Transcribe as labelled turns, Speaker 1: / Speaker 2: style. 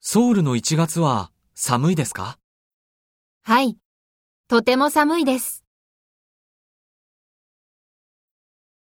Speaker 1: ソウルの1月は寒いですか
Speaker 2: はい。とても寒いです。